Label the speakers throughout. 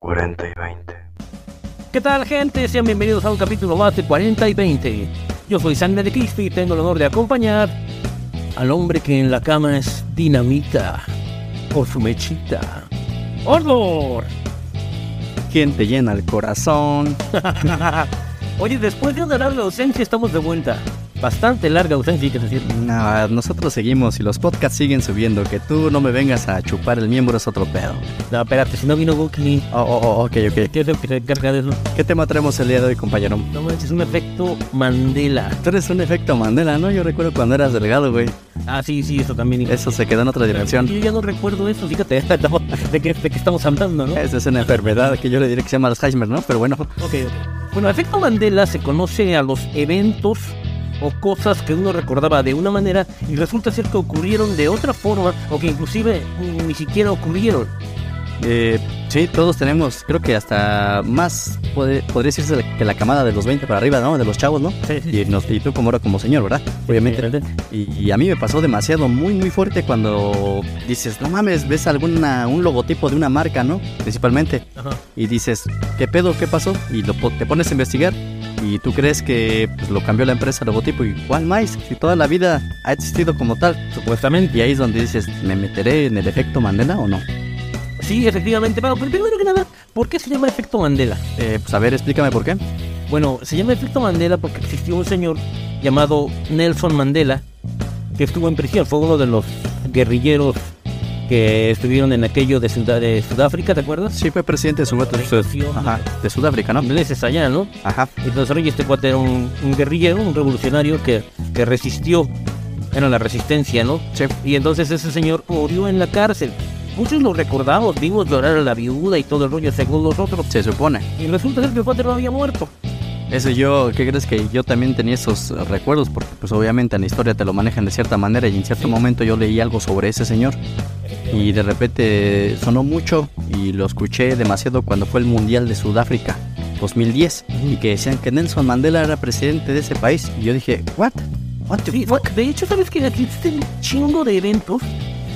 Speaker 1: 40 y 20.
Speaker 2: ¿Qué tal gente? Sean bienvenidos a un capítulo más de 40 y 20. Yo soy Sandra de Cristi y tengo el honor de acompañar al hombre que en la cama es dinamita o su mechita. ¡Ordor!
Speaker 3: quien te llena el corazón.
Speaker 2: Oye, después de una larga ausencia estamos de vuelta. Bastante larga ausencia, hay que decir.
Speaker 3: No, nosotros seguimos y los podcasts siguen subiendo. Que tú no me vengas a chupar el miembro es otro pedo.
Speaker 2: No, espérate, si no vino Goki,
Speaker 3: Oh, oh, oh, ok, ok.
Speaker 2: ¿qué es lo que se encarga de eso?
Speaker 3: ¿Qué tema traemos el día de hoy, compañero?
Speaker 2: No manches, un efecto Mandela.
Speaker 3: Tú eres un efecto Mandela, ¿no? Yo recuerdo cuando eras delgado, güey.
Speaker 2: Ah, sí, sí, eso también. hijo.
Speaker 3: Eso se quedó en otra dirección.
Speaker 2: Yo ya no recuerdo eso, fíjate, no, de qué de qué estamos hablando, ¿no?
Speaker 3: Esa es una enfermedad que yo le diré que se llama Alzheimer, ¿no? Pero bueno,
Speaker 2: Ok, ok. Bueno, efecto Mandela se conoce a los eventos o cosas que uno recordaba de una manera y resulta ser que ocurrieron de otra forma o que inclusive mm, ni siquiera ocurrieron.
Speaker 3: eh, sí, todos tenemos, creo que hasta más, puede- podría decirse que la camada de los 20 para arriba, ¿no? De los chavos, ¿no?
Speaker 2: Sí, Eh, sí.
Speaker 3: Y, nos- y tú como ahora como señor, ¿verdad? Obviamente. Y, y a mí me pasó demasiado, muy, muy fuerte cuando dices, no mames, ves alguna, un logotipo de una marca, ¿no? Principalmente.
Speaker 2: Ajá.
Speaker 3: Y dices, ¿qué pedo? ¿Qué pasó? Y lo po- te pones a investigar. Y tú crees que pues, lo cambió la empresa el logotipo. ¿Y cuál más? Si toda la vida ha existido como tal.
Speaker 2: Supuestamente.
Speaker 3: Y ahí es donde dices, ¿me meteré en el efecto Mandela o no?
Speaker 2: Sí, efectivamente, pero pero primero que nada, ¿por qué se llama efecto Mandela?
Speaker 3: Eh, pues a ver, explícame por qué.
Speaker 2: Bueno, se llama efecto Mandela porque existió un señor llamado Nelson Mandela que estuvo en prisión. Fue uno de los guerrilleros que estuvieron en aquello de, Sudá- de Sudáfrica, ¿te acuerdas?
Speaker 3: Sí, fue presidente de, Sudá- Ajá, de Sudáfrica, ¿no?
Speaker 2: Meses allá, ¿no?
Speaker 3: Ajá.
Speaker 2: Entonces, oye, este cuate era un, un guerrillero, un revolucionario que, que resistió. Era la resistencia, ¿no?
Speaker 3: Sí.
Speaker 2: Y entonces ese señor murió en la cárcel. Muchos lo recordamos, vimos llorar a la viuda y todo el rollo según los otros.
Speaker 3: Se supone.
Speaker 2: Y resulta ser que el cuate no había muerto.
Speaker 3: Eso yo, ¿qué crees que yo también tenía esos eh, recuerdos? Porque pues obviamente en la historia te lo manejan de cierta manera y en cierto momento yo leí algo sobre ese señor y de repente sonó mucho y lo escuché demasiado cuando fue el Mundial de Sudáfrica 2010 y que decían que Nelson Mandela era presidente de ese país y yo dije, ¿what? What the
Speaker 2: Sí,
Speaker 3: fuck?"
Speaker 2: de hecho, ¿sabes que existen un chingo de eventos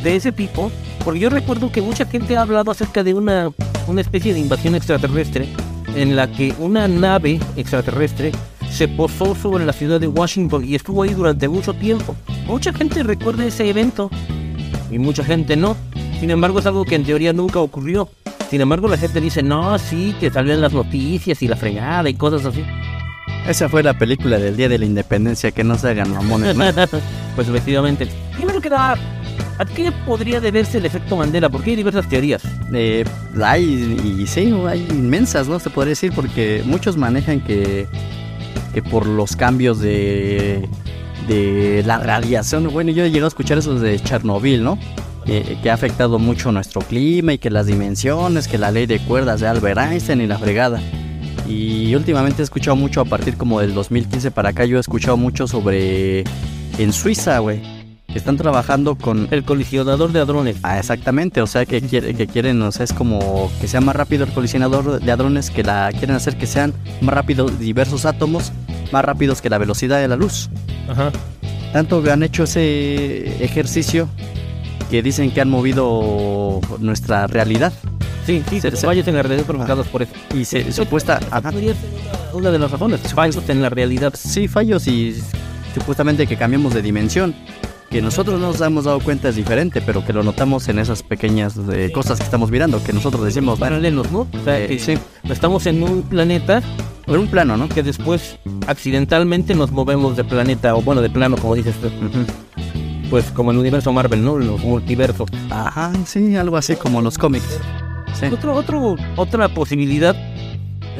Speaker 2: de ese tipo? Porque yo recuerdo que mucha gente ha hablado acerca de una, una especie de invasión extraterrestre en la que una nave extraterrestre se posó sobre la ciudad de Washington y estuvo ahí durante mucho tiempo. Mucha gente recuerda ese evento y mucha gente no. Sin embargo, es algo que en teoría nunca ocurrió. Sin embargo, la gente dice, no, sí, que salen las noticias y la fregada y cosas así.
Speaker 3: Esa fue la película del Día de la Independencia, que no se hagan mamones, ¿no?
Speaker 2: pues efectivamente. Primero que nada, ¿a qué podría deberse el efecto Mandela? Porque hay diversas teorías.
Speaker 3: Eh, hay, y sí, hay inmensas, ¿no? Se podría decir, porque muchos manejan que, que por los cambios de, de la radiación, bueno, yo he llegado a escuchar esos de Chernobyl, ¿no? Que, que ha afectado mucho nuestro clima y que las dimensiones, que la ley de cuerdas de Albert Einstein y la fregada. Y últimamente he escuchado mucho a partir como del 2015 para acá, yo he escuchado mucho sobre en Suiza, güey. que Están trabajando con
Speaker 2: El colisionador de hadrones.
Speaker 3: Ah, exactamente, o sea que, quiere- que quieren, o sea, es como que sea más rápido el colisionador de hadrones, que la quieren hacer que sean más rápidos diversos átomos, más rápidos que la velocidad de la luz.
Speaker 2: Ajá.
Speaker 3: Tanto que han hecho ese ejercicio que dicen que han movido nuestra realidad
Speaker 2: Sí, sí,
Speaker 3: Se-
Speaker 2: que los
Speaker 3: se- Ah.
Speaker 2: fallos en la realidad provocados por eso.
Speaker 3: y se supuesta ajá,
Speaker 2: Podría ser una- una de las razones. Fallos en la realidad.
Speaker 3: sí fallos y supuestamente que cambiamos de dimensión. Que nosotros no nos hemos dado cuenta es diferente, pero que lo notamos en esas pequeñas eh, cosas que estamos mirando, que nosotros decimos, bueno,
Speaker 2: Paralelos, ¿no? O sea,
Speaker 3: Eh,
Speaker 2: que
Speaker 3: sí.
Speaker 2: estamos en un planeta
Speaker 3: en un plano, ¿no?
Speaker 2: que después accidentalmente nos movemos de planeta, o bueno, de plano, como dices tú.
Speaker 3: Ujú.
Speaker 2: Pues como el universo Marvel, ¿no? Los multiversos.
Speaker 3: Ajá, sí, algo así como los cómics. Sí.
Speaker 2: Otro, otro, otra posibilidad,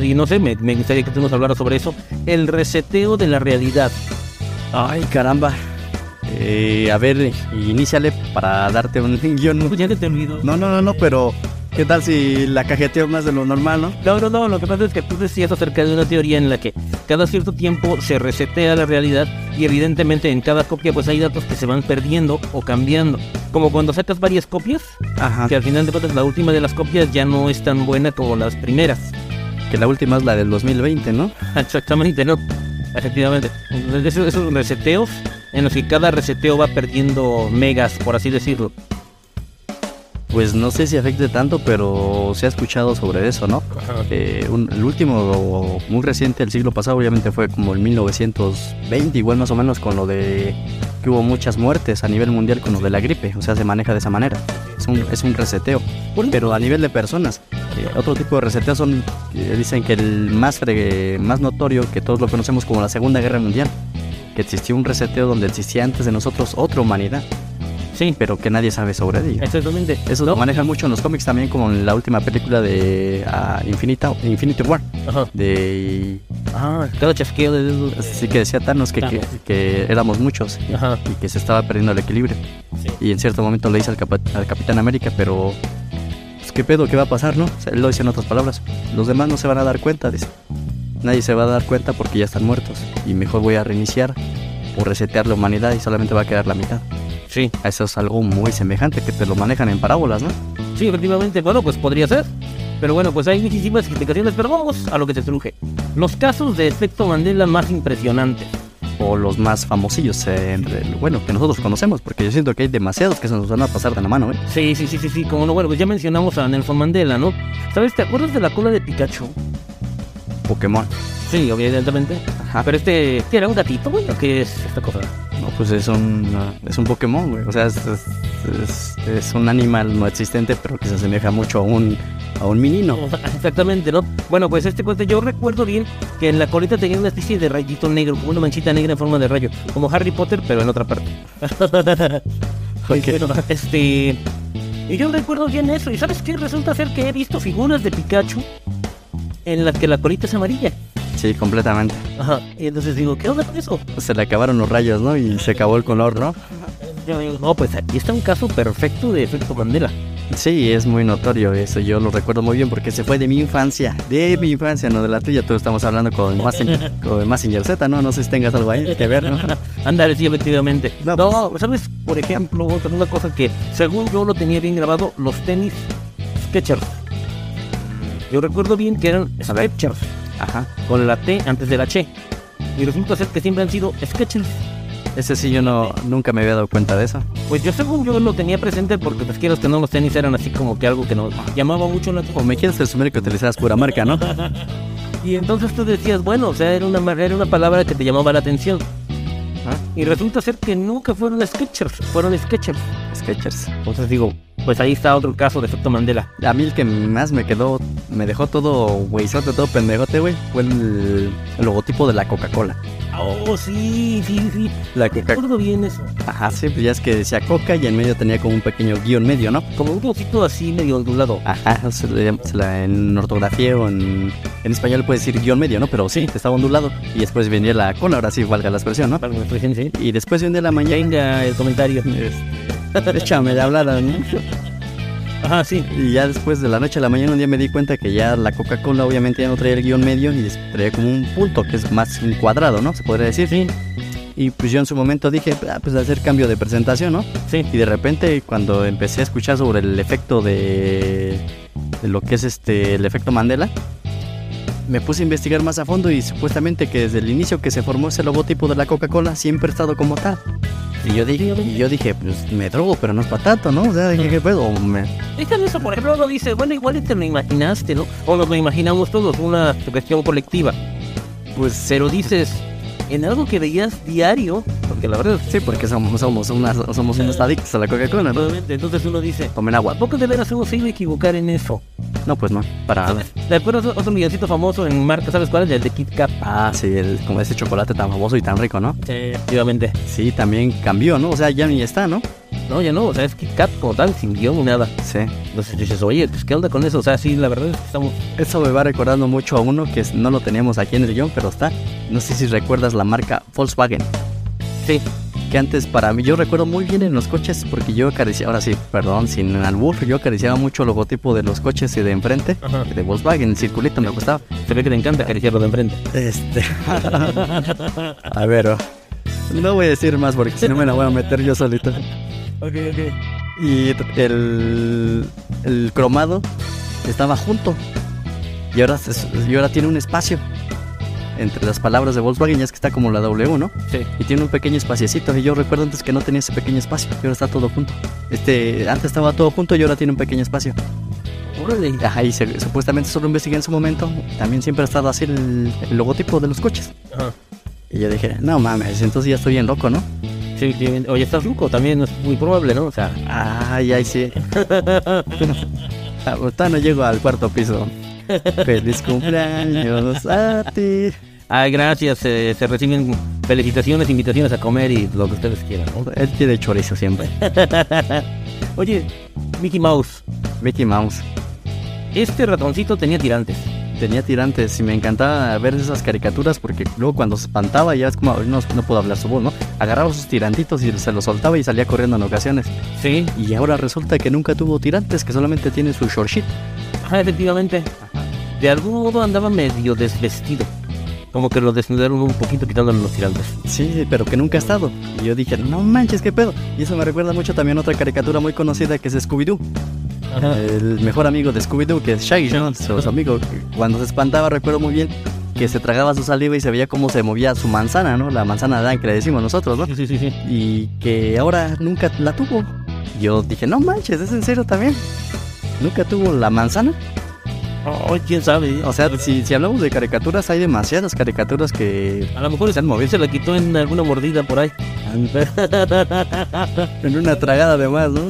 Speaker 2: y no sé, me, me gustaría que tú nos hablaras sobre eso, el reseteo de la realidad.
Speaker 3: Ay, caramba. Eh, a ver, iníciale para darte un guión.
Speaker 2: Pues Ya que te olvidó.
Speaker 3: No, no, no, no, pero ¿qué tal si la cajeteo más de lo normal, no?
Speaker 2: No, no, no, lo que pasa es que tú decías acerca de una teoría en la que cada cierto tiempo se resetea la realidad y evidentemente en cada copia pues hay datos que se van perdiendo o cambiando. Como cuando sacas varias copias,
Speaker 3: Ajá.
Speaker 2: que
Speaker 3: Que,
Speaker 2: al final de cuentas la última de las copias ya no es tan buena como las primeras.
Speaker 3: que la última es la del 2020, ¿no?
Speaker 2: Exactamente, ¿no? Efectivamente. Entonces, Esos, esos reseteos en los que cada reseteo va perdiendo megas, por así decirlo.
Speaker 3: pues no sé si afecte tanto, pero se ha escuchado sobre eso, ¿no? Eh, un- el último, o muy reciente, el siglo pasado, obviamente fue como el 1920, igual más o menos con lo de que hubo muchas muertes a nivel mundial con lo de la gripe, o sea, se maneja de esa manera. Es un, es un reseteo,
Speaker 2: Por-
Speaker 3: pero a nivel de personas. Eh, otro tipo de reseteo son, eh, dicen que el más, fre- más notorio, que todos lo conocemos como la Segunda Guerra Mundial, que existió un reseteo donde existía antes de nosotros otra humanidad,
Speaker 2: Sí,
Speaker 3: pero que nadie sabe sobre ello.
Speaker 2: exactamente.
Speaker 3: Eso lo manejan mucho en los cómics también, como en la última película de ah, Infinita, Infinity War.
Speaker 2: Ajá.
Speaker 3: De,
Speaker 2: Ah, cada chasqueo de dedos.
Speaker 3: así que decía Thanos que, que, que éramos muchos y-
Speaker 2: Ajá.
Speaker 3: y que se estaba perdiendo el equilibrio.
Speaker 2: Sí.
Speaker 3: Y en cierto momento le dice al, capa- al Capitán América, pero pues, ¿qué pedo? ¿Qué va a pasar? no? O sea, él lo dice en otras palabras. Los demás no se van a dar cuenta, dice. Nadie se va a dar cuenta porque ya están muertos. Y mejor voy a reiniciar o resetear la humanidad y solamente va a quedar la mitad.
Speaker 2: Sí,
Speaker 3: Eso es algo muy semejante que te lo manejan en parábolas, ¿no?
Speaker 2: sí, efectivamente. Bueno, pues podría ser. Pero bueno, pues hay muchísimas explicaciones, pero vamos a lo que se truje. Los casos de efecto Mandela más impresionantes.
Speaker 3: o los más famosillos, eh, en re- bueno, que nosotros conocemos, porque yo siento que hay demasiados que se nos van a pasar de la mano, ¿eh?
Speaker 2: Sí, sí, sí, sí, sí, como no, bueno, pues ya mencionamos a Nelson Mandela, ¿no? ¿Sabes? ¿Te acuerdas de la cola de Pikachu?
Speaker 3: Pokémon.
Speaker 2: Sí, evidentemente.
Speaker 3: Ajá,
Speaker 2: Ah, pero este, ¿qué era un gatito, güey? ¿O qué es esta cosa?
Speaker 3: no, pues es un, ah, es un Pokémon, güey. O sea, es, es, es- es un animal no existente, pero que se asemeja mucho a un, a un menino.
Speaker 2: Exactamente, ¿no? Bueno, pues este cuento yo recuerdo bien que en la colita tenía una especie de rayito negro, como una manchita negra en forma de rayo, como Harry Potter, pero en otra parte. Y bueno, este... Y yo recuerdo bien eso, y ¿sabes qué? Resulta ser que he visto figuras de Pikachu en las que la colita es amarilla.
Speaker 3: Sí, completamente.
Speaker 2: Ajá, y entonces digo, ¿qué onda con eso?
Speaker 3: Se le acabaron los rayos, ¿no? Y se acabó el color, ¿no?
Speaker 2: Yo digo, no, pues aquí está un caso perfecto de efecto Mandela.
Speaker 3: Sí, es muy notorio eso, yo lo recuerdo muy bien porque se fue de mi infancia, de mi infancia, no de la tuya, todos estamos hablando con Messenger, con Mazinger Z, ¿no? No sé si tengas algo ahí que ver, ¿no?
Speaker 2: Andar, sí, efectivamente. No,
Speaker 3: No, pues.
Speaker 2: ¿sabes? Por ejemplo, otra una cosa que, según yo lo tenía bien grabado, los tenis Skechers. Yo recuerdo bien que eran
Speaker 3: A ver.
Speaker 2: Skechers,
Speaker 3: Ajá.
Speaker 2: con la T antes de la Che. Y resulta ser que siempre han sido Skechers.
Speaker 3: Ese sí, yo no, nunca me había dado cuenta de eso.
Speaker 2: Pues yo, según yo lo tenía presente, porque pues quieras que no, los tenis eran así como que algo que nos llamaba mucho la
Speaker 3: O
Speaker 2: atención.
Speaker 3: me quieres presumir que utilizabas pura marca, ¿no?
Speaker 2: Y entonces tú decías, bueno, o sea, era una, mar- era una palabra que te llamaba la atención.
Speaker 3: Ah.
Speaker 2: Y resulta ser que nunca fueron Skechers, fueron Skechers.
Speaker 3: Sketchers.
Speaker 2: Entonces digo, pues ahí está otro caso de efecto Mandela.
Speaker 3: A mí el que más me quedó, me dejó todo güeyzote, todo pendejote, güey, fue el, el logotipo de la Coca-Cola.
Speaker 2: Oh, sí, sí, sí.
Speaker 3: La Coca
Speaker 2: Recuerdo bien eso.
Speaker 3: Ajá, sí, pues ya es que decía Coca y en medio tenía como un pequeño guión medio, ¿no?
Speaker 2: Como un poquito así medio ondulado.
Speaker 3: Ajá, se le llama- se la- en ortografía o en, en español puede decir guión medio, ¿no? Pero sí, estaba ondulado. Y después venía la cola, ahora sí valga la expresión, ¿no?
Speaker 2: Para que me presente. ¿eh?
Speaker 3: Y después viene la mañana.
Speaker 2: Venga el comentario. Este.
Speaker 3: Échame la hablada, ¿no?
Speaker 2: Ajá, sí.
Speaker 3: Y ya después de la noche a la mañana un día me di cuenta que ya la Coca-Cola obviamente ya no traía el guión medio y des- traía como un punto, que es más un cuadrado, ¿no? Se podría decir.
Speaker 2: Sí,
Speaker 3: Y pues yo en su momento dije, "Ah, pues hacer cambio de presentación, ¿no?
Speaker 2: sí.
Speaker 3: Y de repente cuando empecé a escuchar sobre el efecto de, de lo que es este el efecto Mandela, me puse a investigar más a fondo y supuestamente que desde el inicio que se formó ese logotipo de la Coca-Cola siempre ha estado como tal. Y yo dije, y yo dije, pues me drogo, pero no es para tanto, ¿no? O sea, dije, ¿qué pedo? Me-
Speaker 2: Fíjate eso, por ejemplo, uno dice, bueno, igual y te lo imaginaste, ¿no? O nos lo imaginamos todos, una cuestión colectiva.
Speaker 3: pues
Speaker 2: Pero dices, en algo que veías diario, porque la verdad
Speaker 3: Sí, porque somos, somos, unas, somos unos adictos a la Coca-Cola. ¿no?
Speaker 2: probablemente, entonces uno dice,
Speaker 3: Tomen agua.
Speaker 2: ¿a poco de veras uno se iba a equivocar en eso?
Speaker 3: No, pues no, para nada.
Speaker 2: De acuerdo, otro, otro milloncito famoso en marca, ¿sabes cuál es? El de Kit Kat.
Speaker 3: Ah, sí, el- como ese chocolate tan famoso y tan rico, ¿no?
Speaker 2: Efectivamente.
Speaker 3: Sí, también cambió, ¿no? O sea, ya ni está, ¿no?
Speaker 2: No, ya no, o sea, es Kit Kat como tal, sin guión ni nada.
Speaker 3: Sí.
Speaker 2: Entonces dices, oye, pues, ¿qué onda con eso? O sea, sí, la verdad es que estamos...
Speaker 3: Eso me va recordando mucho a uno que no lo teníamos aquí en el guión, pero está. No sé si recuerdas la marca Volkswagen.
Speaker 2: Sí,
Speaker 3: Que antes para mí, yo recuerdo muy bien en los coches, porque yo acariciaba, ahora sí, perdón, sin albur, yo acariciaba mucho el logotipo de los coches y de enfrente,
Speaker 2: Ajá.
Speaker 3: de Volkswagen, el circulito me gustaba.
Speaker 2: se ve que te encanta acariciarlo de enfrente.
Speaker 3: Este. a ver, oh. no voy a decir más porque si no me la voy a meter yo solito.
Speaker 2: Ok, ok.
Speaker 3: Y t- el, el cromado estaba junto. Y ahora, se- y ahora tiene un espacio. entre las palabras de Volkswagen, ya es que está como la W, ¿no?
Speaker 2: Sí.
Speaker 3: Y tiene un pequeño espaciecito. Y yo recuerdo antes que no tenía ese pequeño espacio. Y ahora está todo junto. Este, antes estaba todo junto y ahora tiene un pequeño espacio.
Speaker 2: Órale.
Speaker 3: Ajá, y se- supuestamente solo investigué en su momento. También siempre ha estado así el, el logotipo de los coches.
Speaker 2: Ajá.
Speaker 3: Y yo dije, no mames, entonces ya estoy bien loco, ¿no?
Speaker 2: Sí, que- oye, estás ruco también, es muy probable, ¿no? O sea,
Speaker 3: Ay, ay, sí. Ahorita no llego al cuarto piso. Feliz cumpleaños a ti.
Speaker 2: ay, gracias, eh, se reciben felicitaciones, invitaciones a comer y lo que ustedes quieran, ¿no?
Speaker 3: Él tiene chorizo siempre.
Speaker 2: Oye, Mickey Mouse,
Speaker 3: Mickey Mouse.
Speaker 2: este ratoncito tenía tirantes.
Speaker 3: Tenía tirantes y me encantaba ver esas caricaturas porque luego cuando se espantaba ya es como "Ay, no, no puedo hablar su voz, ¿no? Agarraba sus tirantitos y se los soltaba y salía corriendo en ocasiones.
Speaker 2: Sí,
Speaker 3: Y ahora resulta que nunca tuvo tirantes, que solamente tiene su shortshit.
Speaker 2: ajá, efectivamente. De algún modo andaba medio desvestido. Como que lo desnudaron un poquito quitándole los tirantes.
Speaker 3: Sí, pero que nunca ha estado. Y yo dije, no manches, qué pedo. Y eso me recuerda mucho también a otra caricatura muy conocida que es Scooby-Doo.
Speaker 2: Ah.
Speaker 3: El mejor amigo de Scooby-Doo, que es Shaggy Jones, su amigo. Cuando se espantaba, recuerdo muy bien que se tragaba su saliva y se veía cómo se movía su manzana, ¿no? La manzana de Dan que le decimos nosotros, ¿no?
Speaker 2: Sí, sí, sí, sí.
Speaker 3: Y que ahora nunca la tuvo. Yo dije, no manches, es en serio también. Nunca tuvo la manzana.
Speaker 2: Ay, Oh, quién sabe.
Speaker 3: O sea, si, si hablamos de caricaturas, hay demasiadas caricaturas que
Speaker 2: a lo mejor
Speaker 3: se han
Speaker 2: se,
Speaker 3: movido.
Speaker 2: se la quitó en alguna mordida por ahí.
Speaker 3: En una tragada además, ¿no?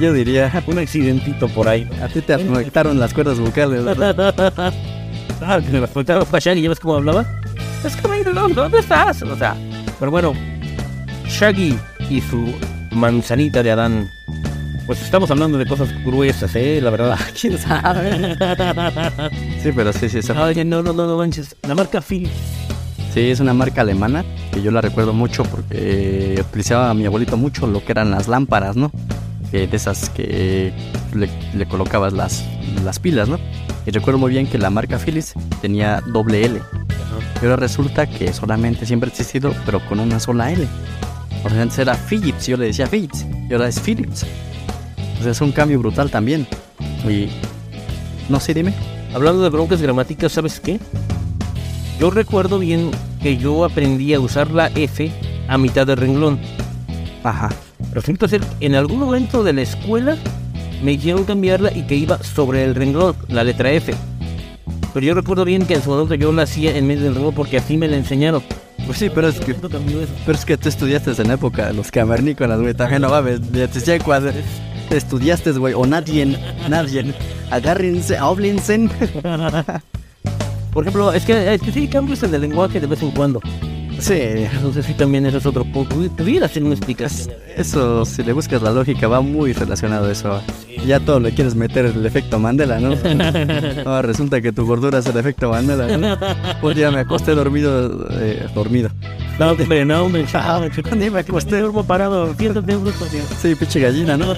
Speaker 3: Yo diría,
Speaker 2: un accidentito por ahí.
Speaker 3: a ti te afectaron las cuerdas vocales. ¿verdad?
Speaker 2: ah, que me faltaba fue a Shaggy, ¿ya ves cómo hablaba? Es que me no, ¿dónde estás? O sea, pero bueno, Shaggy y su manzanita de Adán. Pues estamos hablando de cosas gruesas, ¿eh? La verdad.
Speaker 3: ¿Quién sabe? Sí, pero sí, sí, esa-
Speaker 2: Oye, no, no, no, no manches. La marca Philips.
Speaker 3: sí, es una marca alemana que yo la recuerdo mucho porque eh, utilizaba a mi abuelito mucho lo que eran las lámparas, ¿no? Eh, de esas que le, le colocabas las, las pilas, ¿no? Y recuerdo muy bien que la marca Philips tenía doble L. Y ahora resulta que solamente siempre ha existido, pero con una sola L. O sea, antes era Philips, yo le decía Philips, y ahora es Philips. O sea, es un cambio brutal también. Y. No sé, dime.
Speaker 2: Hablando de broncas gramáticas, ¿sabes qué? Yo recuerdo bien que yo aprendí a usar la F a mitad de renglón.
Speaker 3: Ajá.
Speaker 2: Resulta ser que en algún momento de la escuela me hicieron cambiarla y que iba sobre el renglón, la letra F. Pero yo recuerdo bien que en su momento yo la hacía en medio del renglón porque así me la enseñaron.
Speaker 3: Pues sí, pero es que.
Speaker 2: ¿Cuánto cambió eso?
Speaker 3: Pero es que tú estudiaste en la época de los cavernícolas, güey. También no mames. ya te decía cuando Estudiaste, güey. O nadie. Nadie. Agárrense, háblense.
Speaker 2: Por ejemplo, es que, es que sí hay cambios en el lenguaje de vez en cuando.
Speaker 3: Sí.
Speaker 2: Entonces sí también eso es otro poco. Uy, Pudiera hacer una
Speaker 3: Es-
Speaker 2: explicación.
Speaker 3: Eso, si le buscas la lógica, va muy relacionado a eso. Ya todo le quieres meter el efecto Mandela, ¿no? Ahora resulta que tu gordura es el efecto Mandela. ¿no? Un día me acosté dormido. eh, dormido.
Speaker 2: No, hombre, no, hombre.
Speaker 3: Un día me acosté.
Speaker 2: duermo parado, siéntate un
Speaker 3: Sí, pinche gallina, ¿no?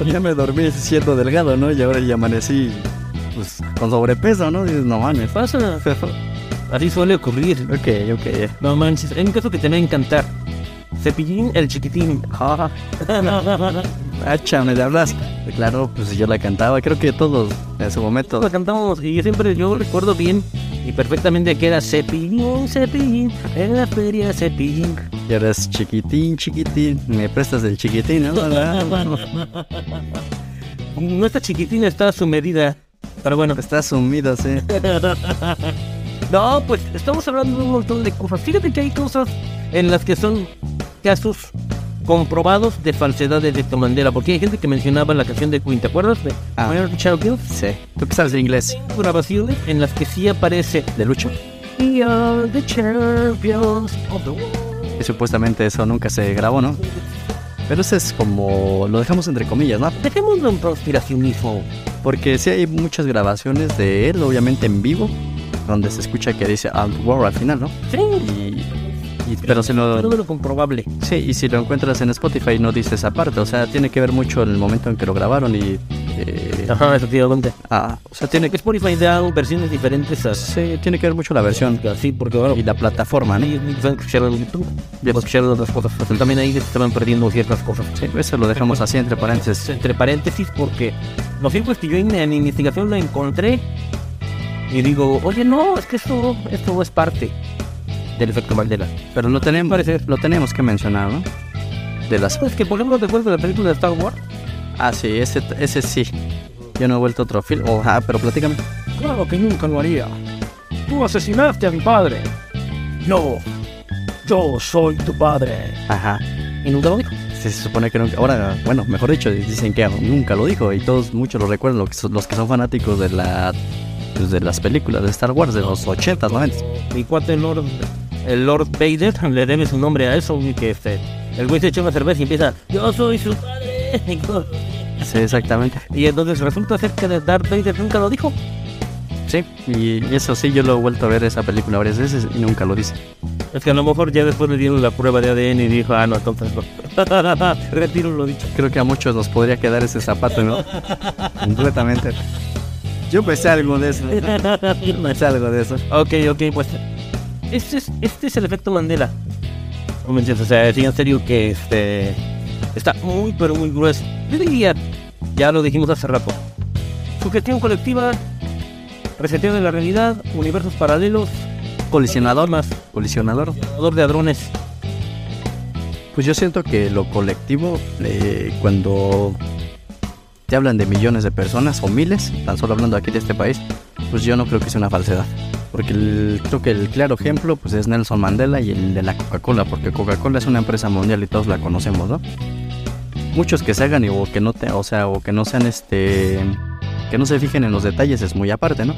Speaker 3: Un día me dormí siendo delgado, ¿no? Y ahora ya amanecí pues, con sobrepeso, ¿no? Dices, no mames.
Speaker 2: Pasa, así suele ocurrir.
Speaker 3: Ok, ok.
Speaker 2: No manches, hay un caso que te va a encantar. Cepillín el chiquitín.
Speaker 3: Ah, hacha, me hablas. Claro, pues yo la cantaba. Creo que todos en su momento.
Speaker 2: la cantamos y yo siempre yo recuerdo bien y perfectamente que era cepillín, cepillín, en la feria cepillín.
Speaker 3: Y ahora es chiquitín, chiquitín. Me prestas el chiquitín, ¿no?
Speaker 2: No está chiquitín, está a su medida. Pero bueno.
Speaker 3: Está sumido, sí.
Speaker 2: No, pues estamos hablando de un montón de cosas. Fíjate que hay cosas en las que son casos comprobados de falsedades de tu bandera. Porque hay gente que mencionaba la canción de Queen, ¿te acuerdas? De
Speaker 3: Ah.
Speaker 2: Minor Child Girls.
Speaker 3: Sí. ¿Tú qué sabes de inglés?
Speaker 2: grabaciones en las que sí aparece
Speaker 3: ¿De lucha?
Speaker 2: We are the champions of the world.
Speaker 3: Que supuestamente eso nunca se grabó, ¿no? Pero eso es como. Lo dejamos entre comillas, ¿no?
Speaker 2: Dejémoslo en conspiracionismo.
Speaker 3: Porque sí hay muchas grabaciones de él, obviamente en vivo, donde se escucha que dice Out War al final, ¿no?
Speaker 2: Sí,
Speaker 3: Y. y- pero se
Speaker 2: es
Speaker 3: lo.
Speaker 2: lo comprobable.
Speaker 3: Sí, y si lo encuentras en Spotify no dices aparte, o sea, tiene que ver mucho el momento en que lo grabaron y. eh,
Speaker 2: Ajá, efectivamente.
Speaker 3: ah, o sea, tiene que.
Speaker 2: Spotify da versiones diferentes a...
Speaker 3: Sí, tiene que ver mucho la versión
Speaker 2: Sí, porque bueno,
Speaker 3: y la plataforma, ¿no?
Speaker 2: ellos mismos van a escuchar en YouTube, van a escuchar otras cosas. Pero también ahí se estaban perdiendo ciertas cosas.
Speaker 3: Sí, eso lo dejamos así entre paréntesis.
Speaker 2: Entre paréntesis, porque lo cierto es que yo en, en investigación lo encontré Y digo, oye, no, es que esto, esto es parte del efecto Mandela.
Speaker 3: Pero lo tenemos,
Speaker 2: Parece.
Speaker 3: lo tenemos que mencionar, ¿no? De las...
Speaker 2: ¿Sabes que, por ejemplo, te acuerdas de la película de Star Wars?
Speaker 3: Ah, sí, ese, ese sí. Yo no he vuelto otro film. Ojalá, pero platícame.
Speaker 2: Claro que nunca lo haría. Tú asesinaste a mi padre. No, yo soy tu padre.
Speaker 3: Ajá.
Speaker 2: Y nunca lo dijo.
Speaker 3: Se supone que nunca... Ahora, bueno, mejor dicho, dicen que nunca lo dijo. Y todos, muchos lo recuerdan, los que son, los que son fanáticos de la... pues, de las películas de Star Wars de los 80s, 90
Speaker 2: Mi cuate Lord, el Lord Vader le debe su nombre a eso. y que este, el güey se echa una cerveza y empieza, yo soy su padre.
Speaker 3: Sí, exactamente.
Speaker 2: Y entonces resulta ser que Darth Vader nunca lo dijo.
Speaker 3: Sí, y eso sí, yo lo he vuelto a ver esa película varias veces y nunca lo dice.
Speaker 2: Es que a lo mejor ya después le dieron la prueba de ADN y dijo, ah, no, entonces no. Retiro lo dicho.
Speaker 3: Creo que a muchos nos podría quedar ese zapato, ¿no? Completamente. Yo pensé algo de eso. Pensé algo de eso.
Speaker 2: Ok, ok, pues este es, este es el efecto Mandela. No manches, o sea, sí, en serio que este está muy, pero muy grueso. Yo diría, ya lo dijimos hace rato, sugestión colectiva, reseteo de la realidad, universos paralelos,
Speaker 3: Colisionador,
Speaker 2: más,
Speaker 3: colisionador.
Speaker 2: jugador de hadrones.
Speaker 3: Pues yo siento que lo colectivo, eh, cuando te hablan de millones de personas o miles, tan solo hablando aquí de este país, pues yo no creo que sea una falsedad. Porque el- creo que el claro ejemplo pues es Nelson Mandela y el de la Coca-Cola, porque Coca-Cola es una empresa mundial y todos la conocemos, ¿no? Muchos que se hagan y- o que no te, o sea, o que no sean este que no se fijen en los detalles es muy aparte, ¿no?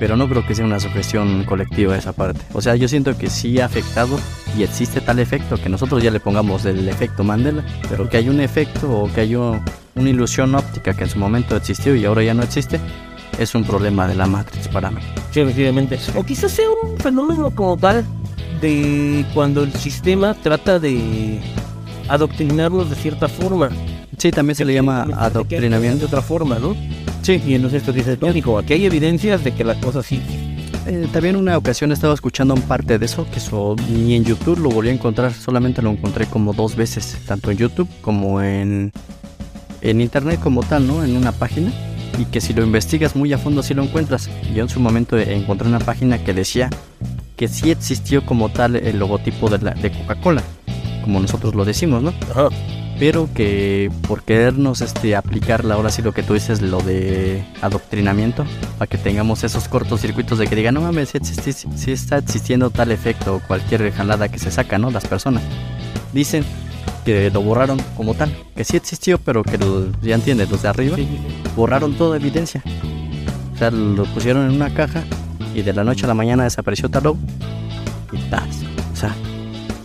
Speaker 3: Pero no creo que sea una sugestión colectiva esa parte. O sea, yo siento que sí ha afectado y existe tal efecto que nosotros ya le pongamos el efecto Mandela, pero que hay un efecto o que hay un- una ilusión óptica que en su momento existió y ahora ya no existe, es un problema de la Matrix para mí.
Speaker 2: Sí, efectivamente. O quizás sea un fenómeno como tal de cuando el sistema trata de adoctrinarnos de cierta forma.
Speaker 3: Sí, también se le llama
Speaker 2: Efectivamente, hay que
Speaker 3: adoctrinamiento.
Speaker 2: de otra forma, ¿no?
Speaker 3: Sí,
Speaker 2: Y entonces tú dices, no, dijo, aquí hay evidencias de que la cosa sí.
Speaker 3: Eh, también una ocasión estaba escuchando un parte de eso, que eso ni en YouTube lo volví a encontrar, solamente lo encontré como dos veces, tanto en YouTube como en, en internet como tal, ¿no? En una página. Y que si lo investigas muy a fondo, sí lo encuentras. Yo en su momento eh, encontré una página que decía que sí existió como tal el logotipo de, la- de Coca-Cola, como nosotros lo decimos, ¿no?
Speaker 2: Ajá.
Speaker 3: pero que por querernos este, aplicarla ahora sí lo que tú dices, lo de adoctrinamiento, para que tengamos esos cortocircuitos de que digan, no mames, si, está existiendo tal efecto o cualquier jalada que se saca, ¿no? Las personas dicen que lo borraron como tal, que sí existió, pero que lo- ya entiendes, los de arriba borraron toda evidencia. O sea, lo pusieron en una caja y de la noche a la mañana desapareció Tarot y tas. O sea,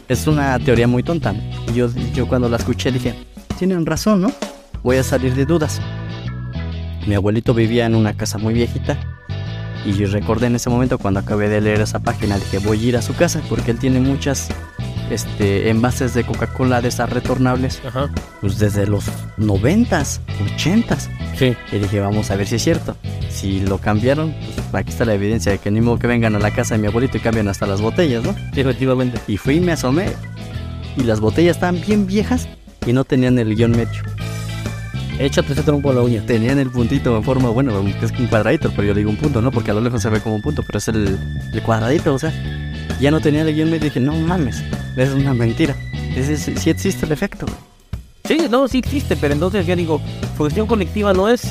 Speaker 3: es una teoría muy tonta. ¿no? Y yo, yo cuando la escuché dije, tienen razón, ¿no? Voy a salir de dudas. Mi abuelito vivía en una casa muy viejita y yo recordé en ese momento cuando acabé de leer esa página, dije, voy a ir a su casa porque él tiene muchas este, envases de Coca-Cola de esas retornables,
Speaker 2: Ajá.
Speaker 3: pues desde los 90s, 80s.
Speaker 2: Sí.
Speaker 3: Y dije, vamos a ver si es cierto. Si lo cambiaron, pues aquí está la evidencia de que ni modo que vengan a la casa de mi abuelito y cambian hasta las botellas, ¿no?
Speaker 2: Sí, efectivamente.
Speaker 3: Y fui y me asomé. Y las botellas estaban bien viejas y no tenían el guión medio.
Speaker 2: Échate ese trompo a la uña.
Speaker 3: Tenían el puntito en forma, bueno, que es un cuadradito, pero yo le digo un punto, ¿no? Porque a lo lejos se ve como un punto, pero es el, el cuadradito, o sea. Ya no tenía el guión medio y dije, no mames, es una mentira. Es, es- sí existe el efecto, güey.
Speaker 2: Sí, no, sí existe, pero entonces ya digo, cuestión colectiva no es.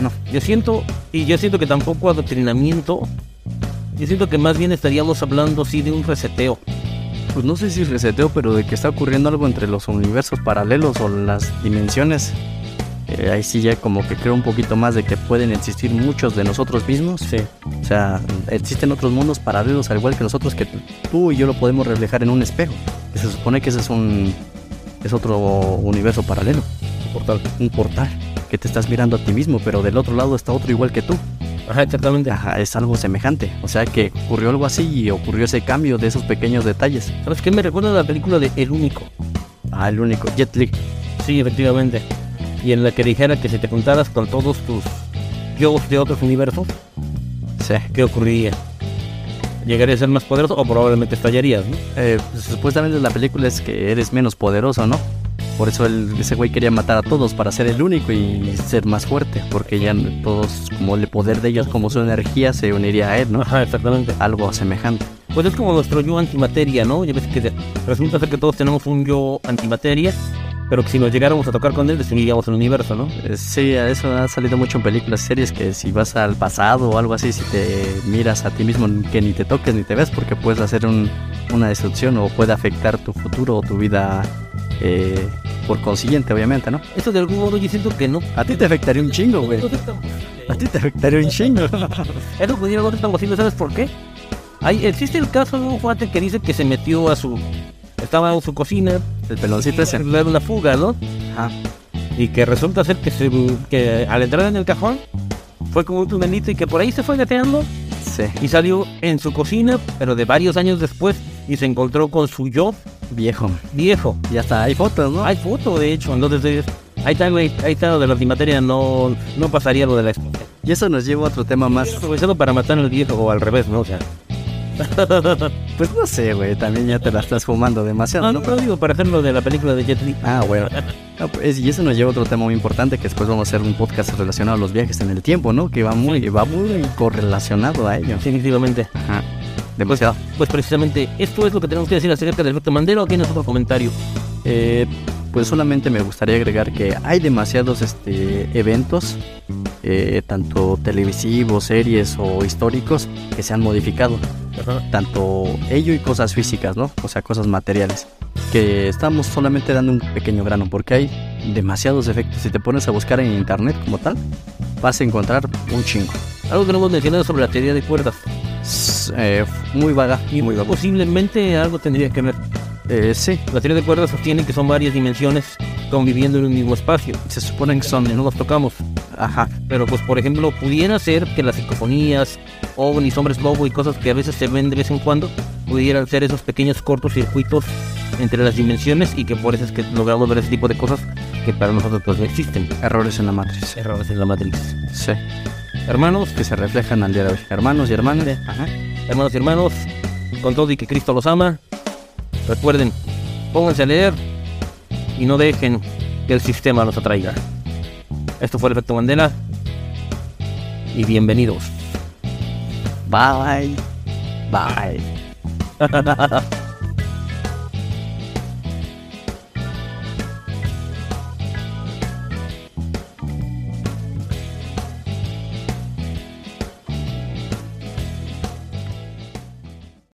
Speaker 3: No.
Speaker 2: Yo siento, y yo siento que tampoco adoctrinamiento. Yo siento que más bien estaríamos hablando, sí, de un reseteo.
Speaker 3: Pues no sé si reseteo, pero de que está ocurriendo algo entre los universos paralelos o las dimensiones. eh, ahí sí ya como que creo un poquito más de que pueden existir muchos de nosotros mismos.
Speaker 2: Sí.
Speaker 3: O sea, existen otros mundos paralelos al igual que nosotros que tú y yo lo podemos reflejar en un espejo. Que se supone que ese es un es otro universo paralelo,
Speaker 2: Portal.
Speaker 3: un portal que te estás mirando a ti mismo, pero del otro lado está otro igual que tú.
Speaker 2: Ajá, exactamente.
Speaker 3: Ajá, es algo semejante. O sea que ocurrió algo así y ocurrió ese cambio de esos pequeños detalles.
Speaker 2: ¿Sabes qué? Me recuerda a la película de El Único.
Speaker 3: Ah, el único Jet Li.
Speaker 2: Sí, efectivamente. Y en la que dijera que si te juntaras con todos tus yo de otros universos,
Speaker 3: Sí.
Speaker 2: ¿qué ocurriría? ¿Llegarías a ser más poderoso o probablemente estallarías, no?
Speaker 3: Eh, pues, supuestamente la película es que eres menos poderoso, ¿no? Por eso el- ese güey quería matar a todos para ser el único y ser más fuerte, porque ya todos, como el poder de ellos, como su energía, se uniría a él, ¿no?
Speaker 2: Ajá, exactamente.
Speaker 3: Algo semejante.
Speaker 2: Pues es como nuestro yo antimateria, ¿no? Ya ves que resulta ser que todos tenemos un yo antimateria, pero que si nos llegáramos a tocar con él, destruiríamos el universo, ¿no?
Speaker 3: Eh, Sí, a eso ha salido mucho en películas, series, que si vas al pasado o algo así, si te miras a ti mismo, que ni te toques ni te ves, porque puedes hacer un- una destrucción o puede afectar tu futuro o tu vida eh, por consiguiente, obviamente, ¿no?
Speaker 2: Eso de algún modo yo siento que no.
Speaker 3: A ti te afectaría un chingo, güey. A ti te afectaría un chingo.
Speaker 2: Eso pudiera no estamos haciendo, ¿sabes por qué? Hay, existe el caso de un cuate que dice que se metió a su... Estaba en su cocina,
Speaker 3: El peloncito
Speaker 2: se
Speaker 3: ese. Ah,
Speaker 2: una fuga, ¿no?
Speaker 3: Ajá.
Speaker 2: Y que resulta ser que, se, que al entrar en el cajón fue como un tunelito y que por ahí se fue gateando
Speaker 3: Sí.
Speaker 2: y salió en su cocina, pero de varios años después y se encontró con su yo
Speaker 3: Viejo.
Speaker 2: viejo.
Speaker 3: Y hasta hay fotos, ¿no?
Speaker 2: Hay foto, de hecho, entonces es- ahí está, güey, ahí está lo de la antimateria, no, no pasaría lo de la esposa.
Speaker 3: Y eso nos lleva a otro tema más.
Speaker 2: Aprovechado para matar al viejo o al revés, ¿no? O sea,
Speaker 3: Pues no sé, güey. También ya te la estás fumando demasiado,
Speaker 2: no, no,
Speaker 3: ¿no?
Speaker 2: no digo para hacer lo de la película de Jet Li.
Speaker 3: Ah, bueno. No, pues, y eso nos lleva a otro tema muy importante que después vamos a hacer un podcast relacionado a los viajes en el tiempo, ¿no? Que va muy, va muy correlacionado a ello.
Speaker 2: Definitivamente.
Speaker 3: Ajá. Demasiado.
Speaker 2: Pues precisamente esto es lo que tenemos que decir acerca del efecto Mandela. Aquí en nuestro comentario.
Speaker 3: Eh, pues solamente me gustaría agregar que hay demasiados este, eventos, eh, tanto televisivos, series o históricos, que se han modificado. tanto ello y cosas físicas, ¿no? O sea, cosas materiales. Que estamos solamente dando un pequeño grano, porque hay demasiados efectos. Si te pones a buscar en internet como tal, vas a encontrar un chingo.
Speaker 2: Algo que no hemos mencionado sobre la teoría de cuerdas.
Speaker 3: S- eh, muy vaga,
Speaker 2: Y
Speaker 3: muy vaga.
Speaker 2: posiblemente algo tendría que ver.
Speaker 3: Eh, sí,
Speaker 2: La teoría de cuerdas sostiene que son varias dimensiones conviviendo en un mismo espacio.
Speaker 3: se suponen que son.
Speaker 2: No nos tocamos.
Speaker 3: Ajá,
Speaker 2: Pero pues por ejemplo pudiera ser que las psicofonías, ovnis, hombres lobo y cosas que a veces se ven de vez en cuando pudieran ser esos pequeños cortocircuitos entre las dimensiones y que por eso es que logramos ver ese tipo de cosas que para nosotros pues no existen.
Speaker 3: errores en la matriz.
Speaker 2: Errores en la matriz.
Speaker 3: Sí,
Speaker 2: Hermanos,
Speaker 3: que se reflejan al día de hoy. Hermanos y hermanas. Ajá.
Speaker 2: hermanos y hermanos, con todo y que Cristo los ama, recuerden, pónganse a leer y no dejen que el sistema los atraiga. Esto fue el efecto Mandela y bienvenidos.
Speaker 3: Bye. Bye.